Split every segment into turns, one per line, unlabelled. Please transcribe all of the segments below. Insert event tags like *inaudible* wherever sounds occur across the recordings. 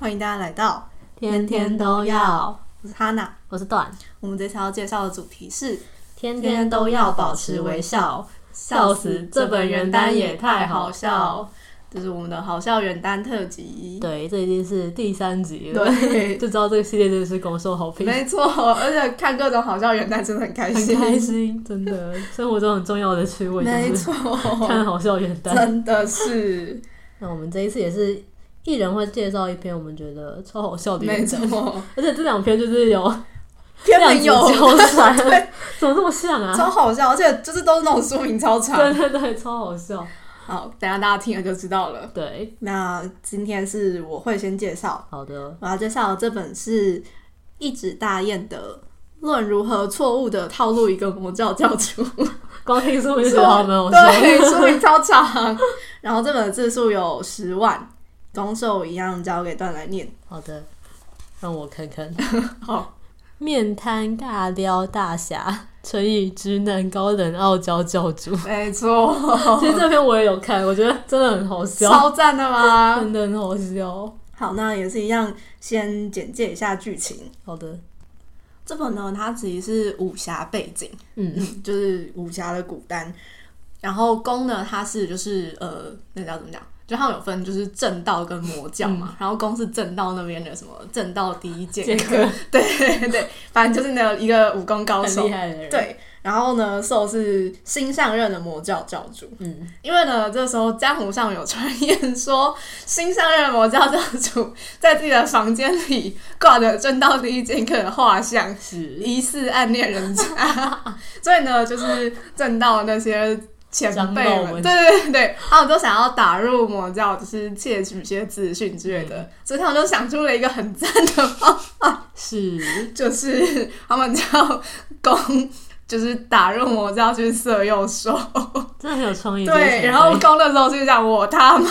欢迎大家来到，
天天都要。
我是哈娜。
我是段，
我们这次要介绍的主题是
天
天
天
都
都
要
要
保
保
持
持
微
微笑。
笑
死这本原单也太好笑，
就是我们的好笑原单特辑。
对，这已经是第三集了，
对，
*laughs* 就知道这个系列真的是广受好评，
没错，而且看各种好笑原单真的很开
很
心，
开心，真的，生活中很重要的趣味
没
就是
错，
看好笑元旦。
真的是
那我们这一次也是一人会介绍一篇我们觉得超好笑的
没
元旦，
错，
而且这两篇就是有 *laughs*
天
量
本
子
有
交啊缠，
*laughs* 对
怎么这么像啊？
超好笑，而且就是都是那种书名超长。
对对对，超好笑。
好，等一下大家听了就知道了。
对，
那今天是我会先介绍，
好的，
我要介绍的这本是一指大雁的《论如何错误的套路一个魔教教主》，
光听说名字好蛮好笑。
对，书名超长，然后这本的字数有十万，公受一样交给段来念。
好的，让我看看。
*laughs* 好，
面瘫尬撩大侠，乘以直男高冷傲娇教主。
没错，
其实这篇我也有看，我觉得真的很好笑，
超赞的吗？
真的很好笑。
好，那也是一样，先简介一下剧情。
好的，
这本呢，它其实是武侠背景。
嗯，
嗯，就是武侠的古丹。然后宫呢，它是就是呃，那叫怎么讲？就他们有分就是正道跟魔教
嗯
嘛。然后宫是正道那边的什么正道第一剑
剑
客，
客
对 *laughs* 对对，反正就是那个一个武功高
很
手
厉。害的人。，
对，然后呢，寿是新上任的魔教教主，
嗯，
因为呢，这时候江湖上有传言说，新上任的魔教教主在自己的房间里挂着正道第一剑客的画像，
是
疑似暗恋人
*laughs*
家，所以呢，就是正道那些前辈
长老
们，
们
对对对对，他们都想要打入魔教，就是窃取一些资讯之类的，
嗯
所以他们就想出了一个很赞的方法，
是，
就是 *laughs* 他们叫攻。就是打入魔教去色诱兽，
真的很有创意。这哎个
对，
前
然后
辈
攻的时候就讲我他妈，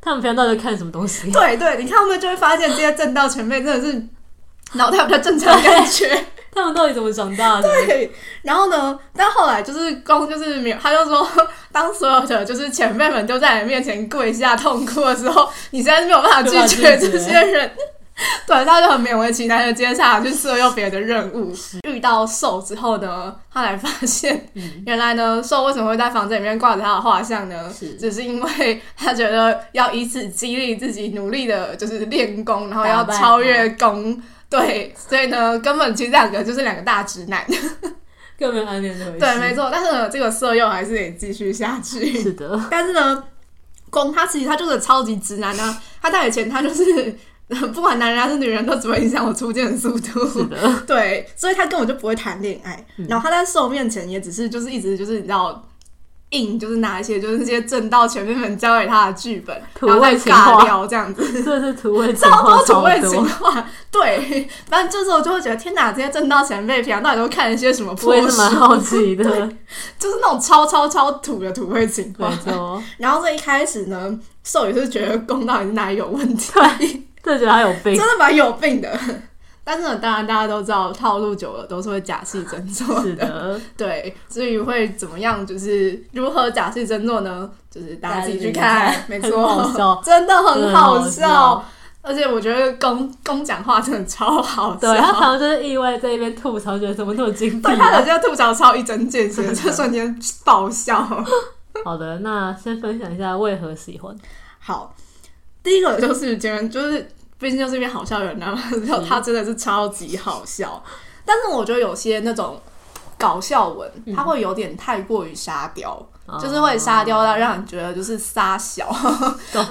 他们平常到底在看什么东西？
对对，你看他们就会发现这些正道前辈真的是脑袋比较正常的感觉，
他们到底怎么长大的？
对， *laughs* 然后呢？但后来就是公就是没有，他就说，当所有的就是前辈们都在你面前跪下痛哭的时候，你实在是没有办法拒绝
没办法拒
这
绝
些人。 *laughs* 对，他就很勉为其难的接下来去色诱别的任务。遇到兽之后呢，他才发现，
嗯
*laughs* 原来呢，兽为什么会在房间里面挂着他的画像呢？
是
只是因为 *laughs* 他觉得要以此激励自己努力的，就是练功，然后要
打败
超越功。对，所以呢，根本其实两个就是两个大直男。
更没有暗恋的回事。
对，没错，但是呢，这个色诱还是得继续下去。
是的，
但是呢，公他其实他就是超级直男啊，他带以前他就是 *laughs* 不管男人还是女人，都只会影响我出镜的速
是
度。
的，
*laughs*
嗯
对，所以他根本就不会谈恋爱。然后他在兽面前也只是就是一直就是你知道。硬就是拿一些就是那些正道前辈们教给他的剧本，
土
然后再
味情话
尬聊这样子，
*laughs* 这是土味情
超
话
多土味情
多。
话。对，反正这时候我就会觉得天哪，这些正道前辈平常到底都看了些什么
我
破
也是蛮
书？
好奇
*laughs*
的，
就是那种超超超土的土味情
没
话。
错，
然后这一开始呢，兽也是觉得公到底是哪里有问题，
这觉得他有
*laughs*
病
真，的蛮有病的。但是呢，当然大家都知道，套路久了都是会假戏真做
是的，
对，至于会怎么样，就是如何假戏真做呢？就是大家自己去
大
看
家，
没
己去看
错，
很好
*laughs*
笑
真的很好
真的很好
笑。而且我觉得公公讲话真的超好笑，
对他常常就是意外在一边吐槽，觉得怎么那么精辟、
对他
啊
的。这个吐槽超一针见血，
*laughs*
这瞬间爆笑。
好的，那先分享一下为何喜欢。
好，第一个就是觉得就是，毕竟就是一边好笑人啊，然
嗯
后他真的是超级好笑。但是我觉得有些那种搞笑文，
嗯
它会有点太过于沙雕，
哦
就是
啊
会沙雕到让你觉得就是撒小，
懂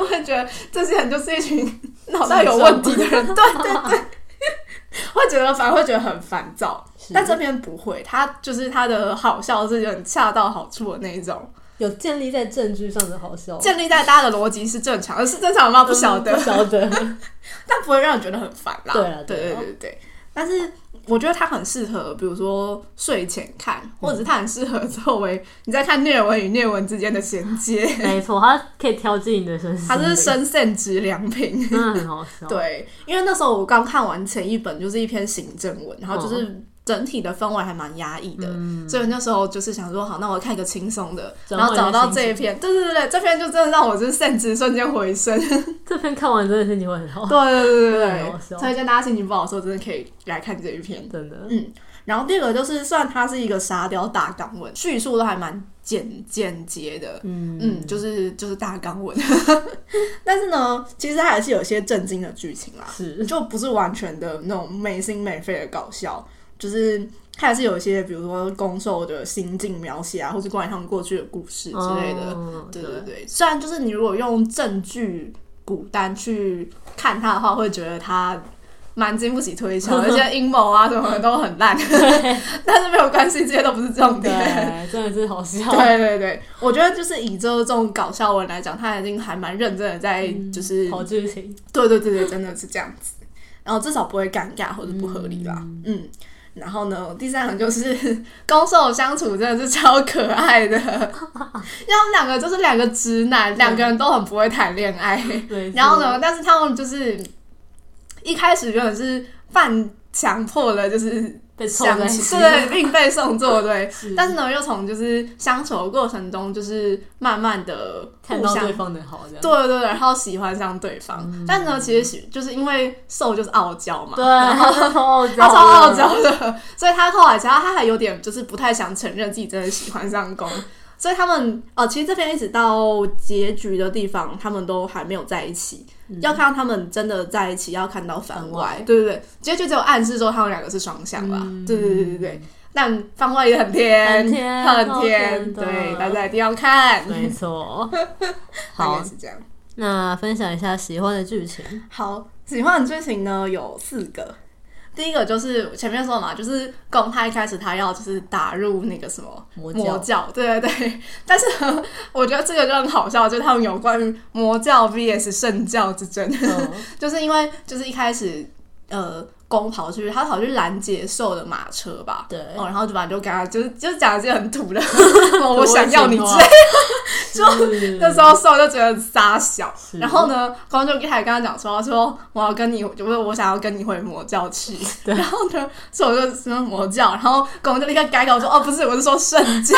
*laughs* 会觉得这些人就是一群脑袋有问题的
*laughs*
人，对对对。 *laughs* 会觉得反而会觉得很烦躁，
是
但这篇不会，他就是他的好笑是很恰到好处的那一种，
有建立在证据上的好笑，
建立在大家的逻辑是正常的，是正常
嗯
吗？不晓得
不，晓得，
*laughs* 但不会让人觉得很烦啦。
对啦
对
对
对
啦
对对。但是我觉得它很适合，比如说睡前看，或者是它很适合作为你在看虐文与虐文之间的衔接，
没错，他可以挑进你的身心，
它是，深陷值良
*laughs*
品。
真的很好笑。
对，因为那时候我刚看完前一本，就是一篇行政文，然后就是整体的氛围还蛮压抑的，
嗯
所以那时候就是想说，好，那我看一个轻松的，
转
然
换
后
一下
找到这一
心
篇，对对对对，这篇就真的让我就是甚至瞬间回升，对
这篇看完真的心情会很好，
对对对
哦很
对
好，笑
推荐大家心情不好的时候，真的可以来看这一篇。
真的。
然后第二个就是，虽然它是一个沙雕大纲文，叙述都还蛮简简洁的，
嗯
嗯，就是就是大纲文， *laughs* 但是呢，其实它还是有一些震惊的剧情啦，
是
就不是完全的那种没心没肺的搞笑，就是它还是有一些，比如说攻受的心境描写啊，或是关于他们过去的故事之类的。
哦
*laughs* 对对对，虽然就是你如果用证据古单去看它的话，会觉得它蛮经不起推敲，而且阴谋啊什么的都很烂，但是没有关系，这些都不是重点。
对，真的是好笑。
对对对，我觉得就是以这种搞笑文来讲，他已经还蛮认真的在，就是、
好剧情，
对对对对，真的是这样子。然后至少不会尴尬或者不合理啦。嗯然后呢，第三个就是 *laughs* 攻受相处真的是超可爱
*laughs*
的，因为他们两个就是两个直
嗯
男，两个人都很不会谈恋爱。
对。
然后呢，但是他们就是一开始原本是半强迫的，就是
被凑
相
在一
亲，
起，
对，并被送作对。
*laughs* 是
但是呢，又从就是相处的过程中，就是慢慢的
看
互
到
相
对方的好，这样
对对对，然后喜欢上对方。但呢，其实喜就是因为瘦就是傲娇嘛，
对，他超傲娇，
他超傲，娇的，所以他后来其实他还有点就是不太想承认自己真的喜欢上宫。所以他们哦，其实这边一直到结局的地方，他们都还没有在一起。要看到他们真的在一起，要看到番
嗯番
外
外，嗯
对对对，结局只有暗示说他们两个是双向吧，对对对对对。但番外也很甜，
很甜
很
超
甜，
甜的
对，大家一定要看，
*laughs* 没错。
大
好
概，是这样。
那分享一下喜欢的剧情，
好，喜欢的剧情呢有四个。第一个就是前面说的嘛，就是公他一开始他要就是打入那个什么
魔教
魔教，对对对。但是 *laughs* 呢，我觉得这个就很好笑，就是他们有关于魔教 VS 圣教之争， *laughs*
嗯
就是因为就是一开始呃公跑去他跑去拦截兽的马车吧，
对
哦，然后就把就跟他就是就是讲一些很土的，哦我我
*laughs*
想要你之类的 *laughs*
就是
那时候瘦就觉得傻小，
是
然后呢，观众一还跟他讲说，说我要跟你，就是我想要跟你回魔教去。然后呢，瘦就说魔教，然后观众就立刻改口说，哦，不是，我是说圣
*laughs*
教，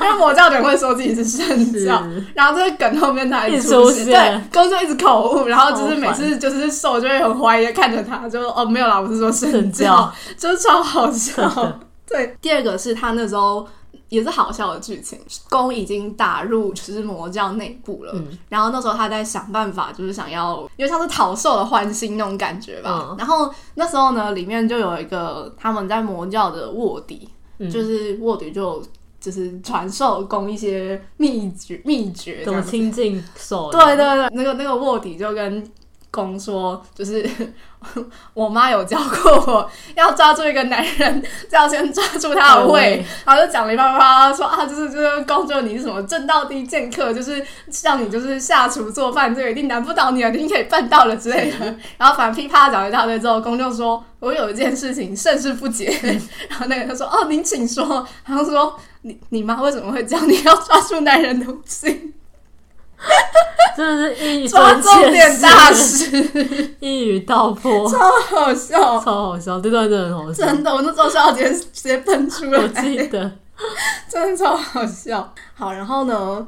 因为魔教的人会说自己是圣教。
是
然后这个梗后面他
一直
出
出
对
现，
观众一直口误，然后就是
超
每
烦
次就是瘦就会很怀疑的看着他，就说哦没有啦，我是说圣
圣
教 *laughs*
教，
就是超好笑
真的。
*laughs* 对，第二个是他那时候也是好笑的剧情，宫已经打入就是魔教内部了，
嗯
然后那时候他在想办法，就是想要因为像是讨受的欢心那种感觉吧。
嗯
然后那时候呢，里面就有一个他们在魔教的卧底，
嗯
就是卧底就就是传授宫一些秘诀秘诀这
怎
样
么
子，
亲近手？
对对对，那个那个卧底就跟公说，就是 *laughs* 我妈有教过我，要抓住一个男人，就要先抓住他的胃
胃。
然后就讲了一番话，说啊，就是就是公主你是什么正道第一剑客，就是让你就是下厨做饭，这个一定难不倒你了，你一定可以办到了之类的。然后反正噼啪讲了一大堆之后，公就说我有一件事情甚是不解。 *laughs* 然后那个人就说哦，您请说。然后说你你妈为什么会教你要抓住男人的心？
真的
*laughs*
是一语
抓
中
重点大
师，
师，
*laughs* 一语道破，
超 *laughs* 好笑，
超好笑，这段真的很好笑，
真的，我那时候笑直接直接喷出
我
来，*laughs*
记得，
真的超好笑。好，然后呢？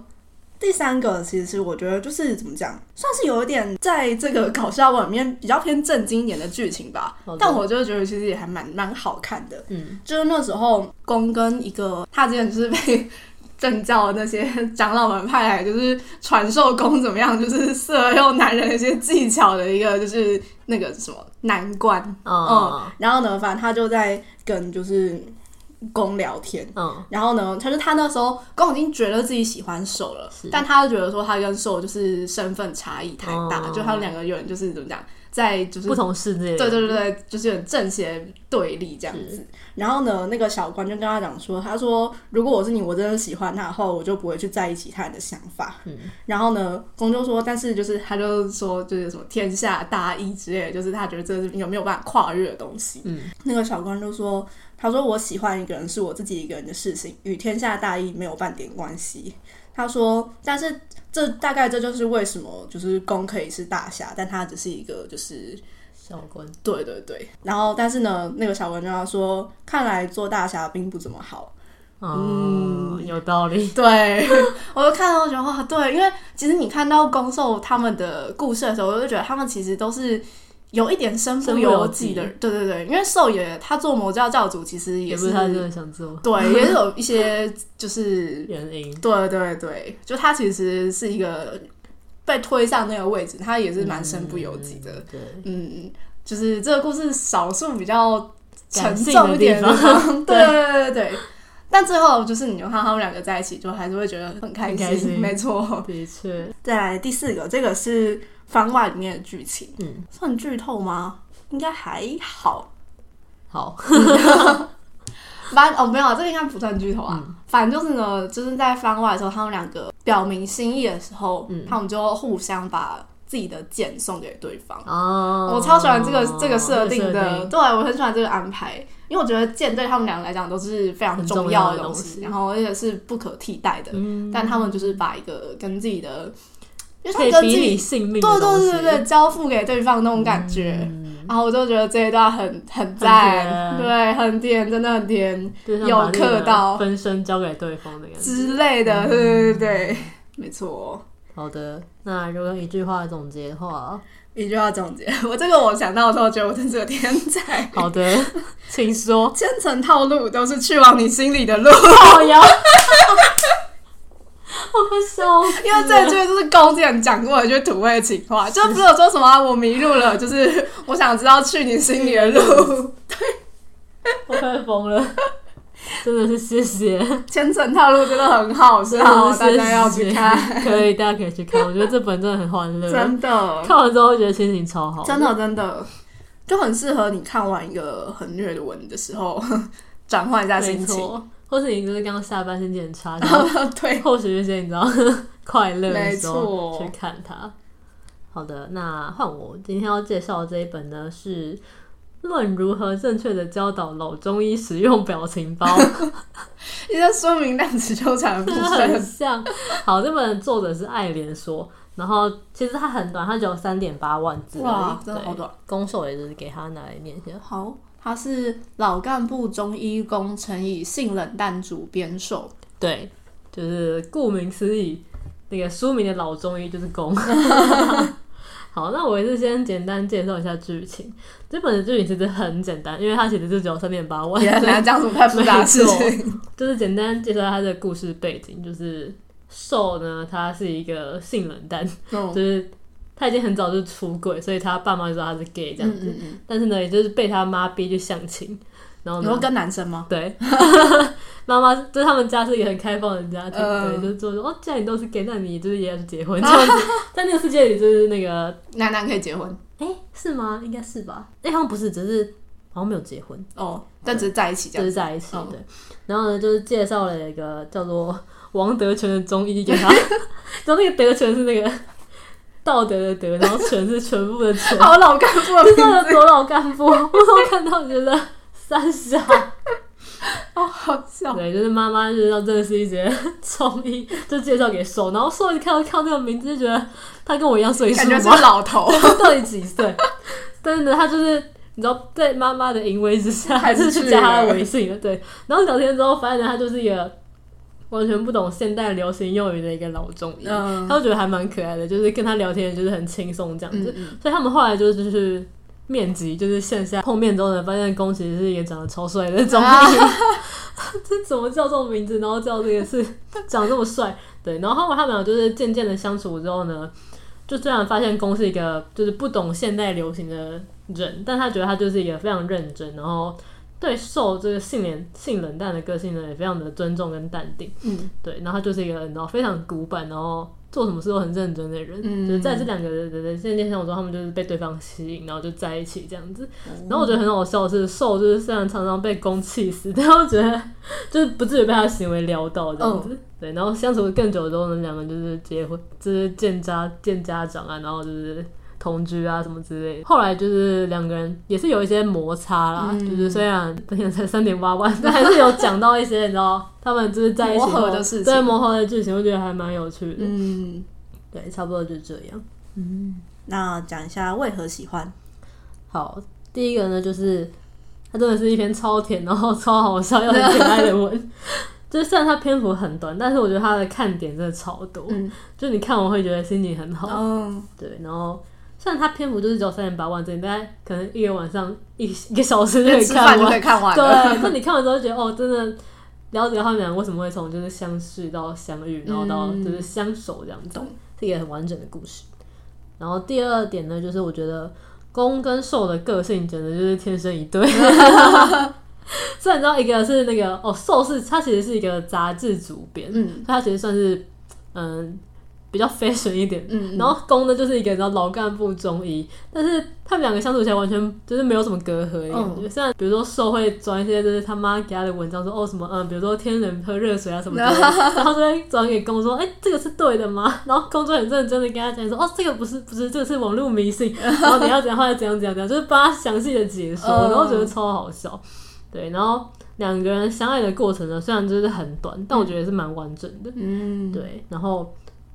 第三个其实我觉得就是怎么讲，算是有一点在这个搞笑文里面比较偏正经一点的剧情吧
好，的
但我就觉得其实也还蛮蛮好看的。
嗯，
就是那时候公跟一个他之前就是被政教的那些长老们派来，就是传授公怎么样，就是色诱男人的一些技巧的一个，就是那个什么难关。嗯
哦，，
然后呢，反正他就在跟就是公聊天。
嗯，
然后呢，他就他那时候公已经觉得自己喜欢瘦了，但他就觉得说他跟瘦就是身份差异太大，
哦
就他们两个有人就是怎么讲，在就是
不同世界，
对对对对，就是有正邪对立这样子。然后呢，那个小官就跟他讲说，他说如果我是你，我真的喜欢他的话，我就不会去在意其他人的想法。
嗯
然后呢，公就说，但是就是他就说就是什么天下大义之类的，就是他觉得这是有没有办法跨越的东西。
嗯，
那个小官就说，他说我喜欢一个人是我自己一个人的事情，与天下大义没有半点关系。他说，但是这大概这就是为什么就是公可以是大侠，但他只是一个就是
小关，
对对对，然后但是呢，那个小文就他说，看来做大侠并不怎么好。
嗯，有道理。
对，我就看到觉得哇，对，因为其实你看到攻受他们的故事的时候，我就觉得他们其实都是有一点身不由己的
身
人。对对对，因为寿也他做魔教教主，其实
也不
是
是他真的想做
对，也是有一些就是
原因，
对对对，就他其实是一个被推上那个位置，他也是蛮身不由己的。
嗯。对，
嗯，就是这个故事少数比较沉
感性
重一点
的地
方， *laughs* 对对对对。但最后就是你就看他们两个在一起，就还是会觉得很开心。
很开心
没错。
的确，
再来第四个，这个是番外里面的剧情，
嗯，
算剧透吗？应该还好。
*laughs* 好，
番哦没有，这个应该不算剧透啊。
嗯
反正就是呢，就是在番外的时候，他们两个表明心意的时候，
嗯
他们就互相把自己的剑送给对方。
哦，
我超喜欢这个这个设
这
定
个
的，
设定，
对我很喜欢这个安排，因为我觉得剑对他们俩来讲都是非常
很
重
重
要
要
的
的
东
东
西，
西
然后而且是不可替代的。
嗯，
但他们就是把一个跟自己的，就是
可以
跟自
比你
己
性命的
对
东
对
西，
对对交付给对方那种感觉。
嗯
然后我就觉得这一段很很赞，
很甜
对，很甜，真的很甜
就像把那
有
个
刻到
分身交给对方的感觉。
之类
嗯
的，对对对对，没错。
好的，那如果用一句话总结的话，
一句话总结，我这个我想到的时候，觉得我真是 *laughs* 个天才，
好的， *laughs* 请说。
千层套路都是去往你心里的路。
好呀， *laughs* 我快笑死
*laughs*
了，
因为这句就是高之前讲过的一句土味情话，就不是有说什么、啊、我迷路了，就是我想知道去你心里的路， *laughs*
我快疯了，真的是谢谢，
千层套路真的很好笑，大
真的是谢谢
家要去看，，
可以，大家可以去看，我觉得这本真的很欢
*laughs*
乐，
真 *laughs* 的，
看完之后会觉得心情超好，
真的真的，就很适合你看完一个很虐的文的时候 *laughs* 转换一下
没
心情，
错。或是你就是刚下班心情很差，
*laughs*
然后
对，
或许一些你知道 *laughs* 快乐的时
没错
候去看它。好的，那换我今天要介绍的这一本呢是《论如何正确的教导老中医使用表
*laughs*
情包》。
一些说明量子纠 *laughs* 缠的部
很
分，
像。好，这本作者是爱莲说，然后其实它很短，它只有三点八万字而已。
哇，真的
对
好。短，
攻守也就是给他拿来念一下。
好。他是老干部中医工乘以性冷淡主编授，
对，就是顾名思义，那个书名的老中医就是攻。好，那我也是先简单介绍一下剧情。这本的剧情其实很简单，因为它其实就只有三点八万字
也，很难讲什么太复杂的事情。
*laughs* 就是简单介绍它的故事背景。就是受呢，他是一个性冷淡
嗯
就是他已经很早就出轨，所以他爸妈就知道他是 gay 这样子。
嗯嗯
但是呢，也就是被他妈逼去相亲，然后
嗯，你
呢，
说跟男生吗？
对， *laughs* 妈妈就是他们家是一个很开放的家庭，
嗯
对，就是说哦，既然你都是 gay，那你就是也要去结婚这样
*laughs*
子。在那个世界里，就是那个，
男男可以结婚
哎、是吗？应该是吧？哎、好像不是，只是好像没有结婚，
哦，但只是在一起这
就
样。
是在一起。
嗯
对，然后呢，就是介绍了一个叫做王德全的中
*laughs*
医给他，然后那个德全是那个道德的德，然后全是全部的
*laughs*
全。
好老干部的
就
哦名
是他
字，
的左老干部，我都看到觉得三小，
哦，好笑。
对，就是妈妈就是要认识一 *laughs* 些中医，就介绍给瘦，然后瘦一看到看到这个名字就觉得他跟我一样岁
感
数
觉是
吗？
个老头，
*laughs* 到底几岁？但是呢，他就是你知道，在妈妈的淫威之下，
还
还
是
是
去
去加他
了
的微信了。对，然后聊天之后发现呢他就是一个完全不懂现代流行用语的一个老中医，
嗯 *laughs*
他就觉得还蛮可爱的，就是跟他聊天就是很轻松这样子。
嗯嗯
所以他们后来就是去面基，就是线下碰面之后呢，发现宫其实是也长得超帅的中医，
啊
*laughs* 这怎么叫这种名字？然后叫这个是长这么帅，对。然后后来他们俩就是渐渐的相处之后呢，就虽然发现宫是一个就是不懂现代流行的人，但他觉得他就是一个非常认真，然后对受这个性冷性冷淡的个性呢，也非常的尊重跟淡定。
嗯，
对，然后他就是一个你知道非常古板，然后做什么事都很认真的人。
嗯
就是在这两个人的现阶段我中，他们就是被对方吸引，然后就在一起这样子。
哦
然后我觉得很好笑的是，受就是虽然常常被攻气死，但我觉得 *laughs* 就是不至于被他的行为撩到这样
嗯
子。对，然后相处更久之后呢，两个人就是结婚，就是见家见家长啊，然后就是。同居啊，什么之类的。后来就是两个人也是有一些摩擦啦，
嗯
就是虽然之前才三点八万，但还是有讲到一些，你知道，他们就是在一起
磨合
后
的事情
对磨合的剧情，我觉得还蛮有趣的。
嗯，
对，差不多就这样。
那讲一下为何喜欢。
好，第一个呢，就是它真的是一篇超甜，然后超好笑又很可爱的文。 *laughs* 就是虽然它篇幅很短，但是我觉得它的看点真的超多，
嗯
就你看完会觉得心情很好。
嗯，
对，然后虽然它篇幅就是只有三点八万字，你大概可能一个晚上一一个小时就可以
吃饭
看
就可
完。
以看完了。
对，那你看完之后就觉得哦，真的了解他们俩为什么会从就是相识到相遇，然后到
嗯
就是相守这样子
懂，
是一个很完整的故事。然后第二点呢，就是我觉得攻跟受的个性真的就是天生一
*laughs*
对。 *laughs* 虽然你知道一个是那个哦，受是他其实是一个杂志主编，所
嗯
以他其实算是嗯比较 fashion 一点，
嗯，
然后公呢就是一个你知道老干部中医，但是他们两个相处起来完全就是没有什么隔阂的感觉。虽然比如说受会转一些就是他妈给他的文章说哦什么嗯，比如说天冷喝热水啊什么的，然后就会转给公说哎、这个是对的吗？然后公就很认真的跟他讲说哦这个不是不是这个是网络迷信，然后你要怎样后来怎样怎样怎样，就是帮他详细的解说，
嗯
然后觉得超好笑。对，然后两个人相爱的过程呢，虽然就是很短，但我觉得也是蛮完整的。
嗯，
对，然后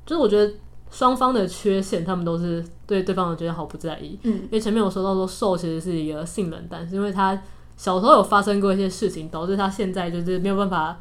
就是我觉得双方的缺陷，他们都是对对方的觉得毫不在意。
嗯
因为前面有说到说受其实是一个性冷淡，是因为他小时候有发生过一些事情，导致他现在就是没有办法，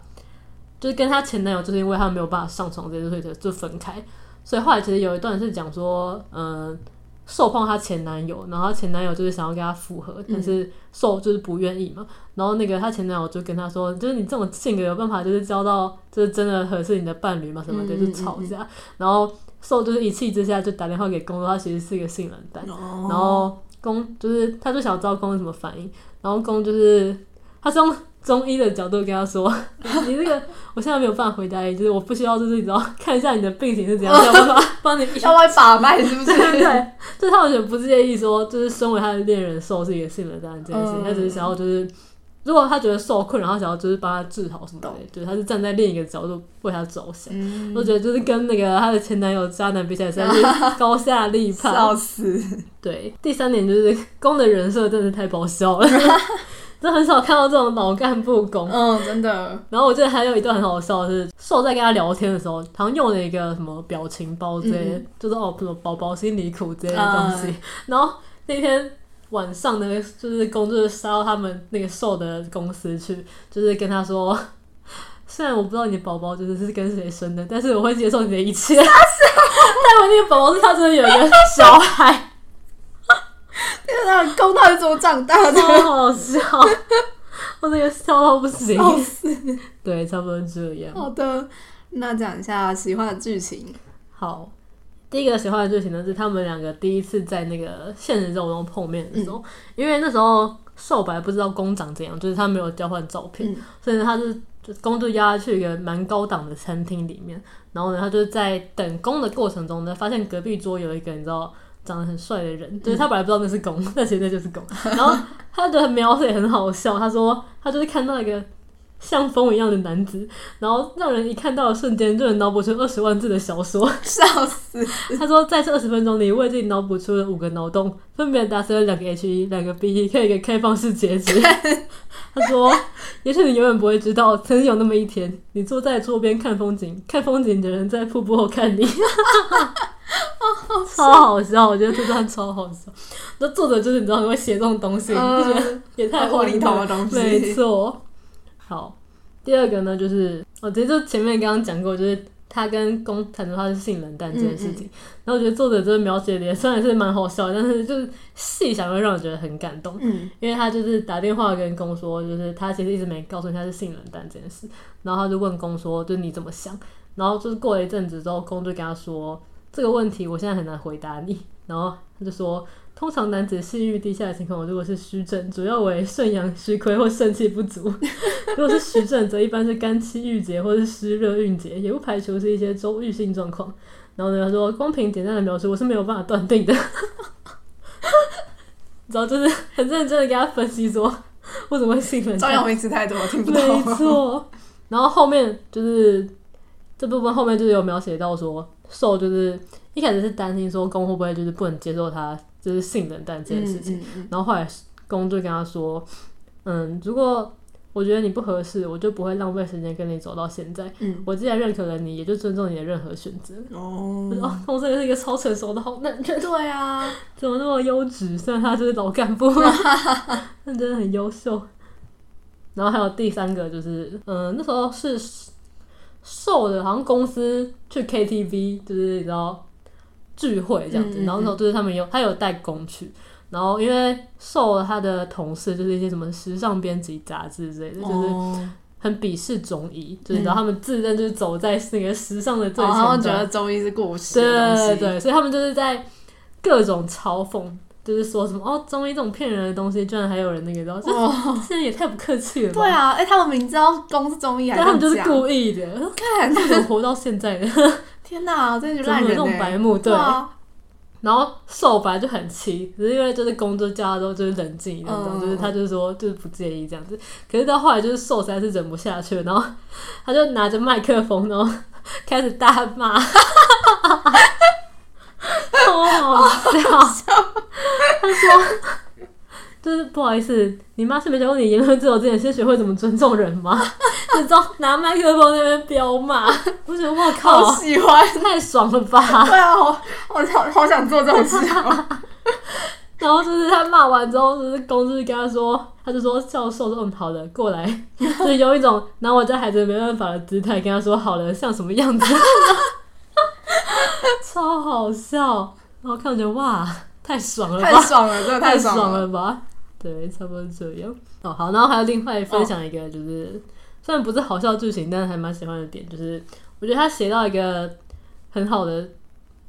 就是跟他前男友就是因为他没有办法上床这件事情就分开。所以后来其实有一段是讲说，嗯、受碰她前男友，然后她前男友就是想要跟她复合，
嗯
但是受就是不愿意嘛。然后那个她前男友就跟她说，就是你这种性格有办法就是交到就是真的合适你的伴侣嘛什么的，
嗯
就吵架。然后受就是一气之下就打电话给公说他其实是一个性冷淡，然
然
后公就是他就想知道公是什么反应，然后公就是他是用中医的角度跟他 *laughs* 说，你这个我现在没有办法回答你，就是我不需要就是你知道看一下你的病情是怎样，没有办法帮你医
稍微把脉是不 *laughs* 是？
对对对，就是他完全不介意说，就是身为他的恋人受是一个性冷淡这件事情，
嗯
他只是想要就是，如果他觉得受困扰，他想要就是帮他治好什么的
懂，
就是他是站在另一个角度为他着想。
嗯，
我觉得就是跟那个她的前男友渣男比起来，实
*laughs*
在是高下立判。
笑死，
对，第三点就是公的人设真的是太爆笑了，
*laughs*
真的很少看到这种老干部公。
嗯，真的，
然后我记得还有一段很好笑的是，受在跟他聊天的时候，好像用了一个什么表情包之类的，
嗯
就是哦什么宝宝心里苦之类的东西。 *laughs* 然后那天晚上呢，就是工作杀到他们那个受的公司去，就是跟他说。虽然我不知道你的宝宝就是是跟谁生的，但是我会接受你的一切。但我那个宝宝是他真的有一个小孩，
*laughs* 天哪，公到底怎么长大 *laughs* 的？
超好笑，我那个笑到不行。
笑死！
对，差不多这样。
好的，那讲一下喜欢的剧情。
好，第一个喜欢的剧情呢是他们两个第一次在那个现实中碰面的时候，因为那时候瘦白不知道工长怎样，就是他没有交换照片，
嗯
所以呢他就是就工作压去一个蛮高档的餐厅里面，然后呢他就是在等工的过程中呢，发现隔壁桌有一个你知道。长得很帅的人，就是他本来不知道那是公， *laughs* 但其实那就是公。然后他的描述也很好笑，他说他就是看到一个像风一样的男子，然后让人一看到的瞬间就能脑补出二十万字的小说，
笑死！
他说，在这二十分钟里，为自己脑补出了五个脑洞，分别达成了两个 H 一、两个 B E，一，还有一个开放式
*laughs*
结局。他说，也许你永远不会知道，曾经有那么一天，你坐在桌边看风景，看风景的人在瀑布后看你。 *laughs*
哦
超好笑，我觉得这段超好笑。那作者就是你知道会写这种东西，
嗯
就觉得也太
无厘头的
荒谬
东西
没错，好，第二个呢，就是我觉得就前面刚刚讲过，就是他跟公谈论他是性冷淡这件事情。然后我觉得作者就是描写的也虽然是蛮好笑的，但是就是细想会让我觉得很感动。
嗯
因为他就是打电话跟公说，就是他其实一直没告诉你他是性冷淡这件事，然后他就问公说，就是你怎么想？然后就是过了一阵子之后，公就跟他说这个问题我现在很难回答你，然后他就说，通常男子性欲低下的情况，如果是虚症，主要为肾阳虚亏或肾气不足； *laughs* 如果是实症，则一般是肝气郁结或是湿热蕴结，也不排除是一些周郁性状况。然后呢，他说光凭简单的描述，我是没有办法断定的。 *laughs* 然后就是很认真的给他分析说，为什么会性冷
专
淡
有名词太多，我听不
没
懂。
错。然后后面就是这部分后面就是有描写到说，受就是一开始是担心说公会不会就是不能接受他就是性冷淡这件事情，
嗯嗯
然后后来公就跟他说，嗯，如果。我觉得你不合适，我就不会浪费时间跟你走到现在。
嗯，
我既然认可了你，也就尊重你的任何选择。我说
哦，
哦，我这个是一个超成熟的好男人，
对啊，
怎么那么优质？虽然他就是老干部， *laughs* 但真的很优秀。然后还有第三个就是，嗯、那时候是瘦的，好像公司去 KTV，就是你知道聚会这样
嗯
子。
嗯嗯
然后那时候就是他们有他有带工去，然后因为瘦了他的同事就是一些什么时尚编辑杂志之类的，就是
哦
很鄙视中医，就是
嗯
然后他们自认就是走在那个时尚的最
哦
前
他们
端。
觉得中医是过时的东
对
西，
对，所以他们就是在各种嘲讽，就是说什么哦，中医这种骗人的东西，居然还有人那个，然后这
哦，
这人也太不客气了吧？
对啊，哎、他们明知道公是中医，还
但他们
这
就
样
是
讲
故意的，
看，
他们怎么活到现在的？
*laughs* 天哪，真的是
怎么
烂
有这
人
种
哎、
白目？对，
啊，
然后瘦本来就很气，只是因为就是工作叫他之后就是冷静一点，
嗯
这样、就是他就是说就是不介意这样子。可是到后来就是瘦实在是忍不下去了，然后他就拿着麦克风，然后开始大骂， *laughs* 好好笑。他说就是不好意思，你妈是没教过你言论自由之前先学会怎么尊重人吗？ *laughs* 你知道拿麦克风在那边飙骂，我觉得我
好
靠，
喜欢，
*laughs* 太爽了吧！
对啊，我我好好想做这种
*laughs*
事哦，
然后就是他骂完之后，就是公司跟他说，他就说教授说嗯好的过来， *laughs* 就是有一种拿我家孩子没办法的姿态跟他说好了像什么样子， *laughs* 超好笑。然后看着哇太爽了
太
吧，
爽了，真的
太
爽
爽了吧，对，差不多这样。哦好，然后还有另外分享一个就是、虽然不是好笑剧情，但是还蛮喜欢的点就是，我觉得他写到一个很好的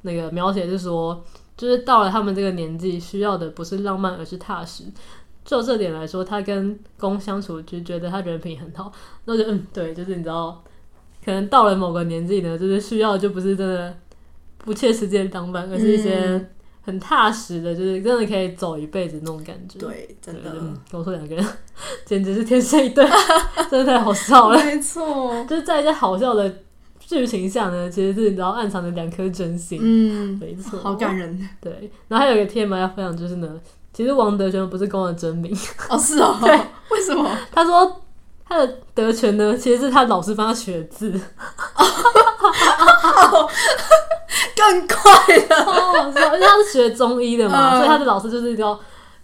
那个描写是说，就是到了他们这个年纪，需要的不是浪漫，而是踏实。就这点来说，他跟公相处就觉得他人品很好，那我就嗯对，就是你知道，可能到了某个年纪呢，就是需要就不是真的不切实际的浪漫，而是一些
嗯
很踏实的，就是真的可以走一辈子那种感觉。
对，真的
对，嗯，跟我说两个人 *laughs* 简直是天生一对， *laughs* 真的太好笑了。
*laughs* 没错，
就是在一些好笑的剧情下呢，其实是你知道暗藏着两颗真心，
嗯，
没错，
好感人
对，然后还有一个 TMI 要分享就是呢，其实王德全不是公的真名，
哦，是哦，
对，
为什么？
他说他的德全呢，其实是他老师帮他学字，
更快
*laughs* 超好笑，因为他哦是学中医的
嗯
嘛，所以他的老师就是一个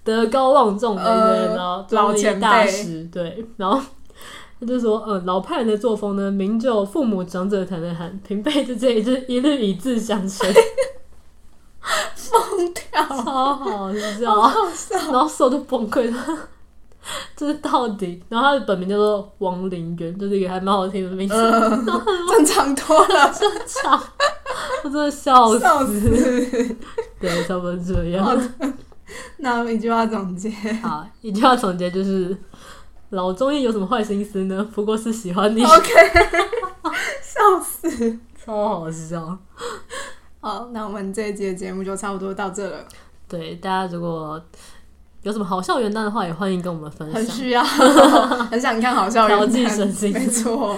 德高望重的一个
嗯
然后
老
中
前
医
辈
大师，对，然后。他就说，呃，老派人的作风呢，明就父母长者谈的寒，平辈之间也是一律以字相
*laughs*
称，
疯掉，
超好啊笑。
好笑，
然后瘦就崩溃了，就是到底。然后他的本名叫做王林源，就是一个还蛮 *laughs* 好听的名字，
嗯，正常多了，
真长，我真的笑死。
笑死。
对，差不多这
好 *laughs*
样。
那我们一句话总结，
*laughs* 好，一句话总结就是：老中医有什么坏心思呢？不过是喜欢你，
OK，笑死。
*laughs* 超好笑。
好，那我们这一集的节目就差不多到这了，
对，大家如果有什么好笑元旦的话，也欢迎跟我们分
很
享。
需
*laughs*
要，很想看好笑人
调剂神经
没错。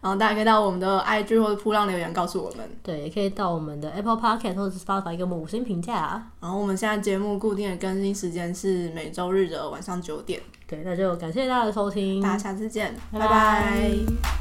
然后大家可以到我们的 IG 或者扑浪留言告诉我们。
对，也可以到我们的 Apple Podcast 或者是 Spotify 给我们五星评价、啊。
然后我们现在节目固定的更新时间是每周日的晚上九点，
对，那就感谢大家的收听，
大家下次见，
嗯拜
拜拜
拜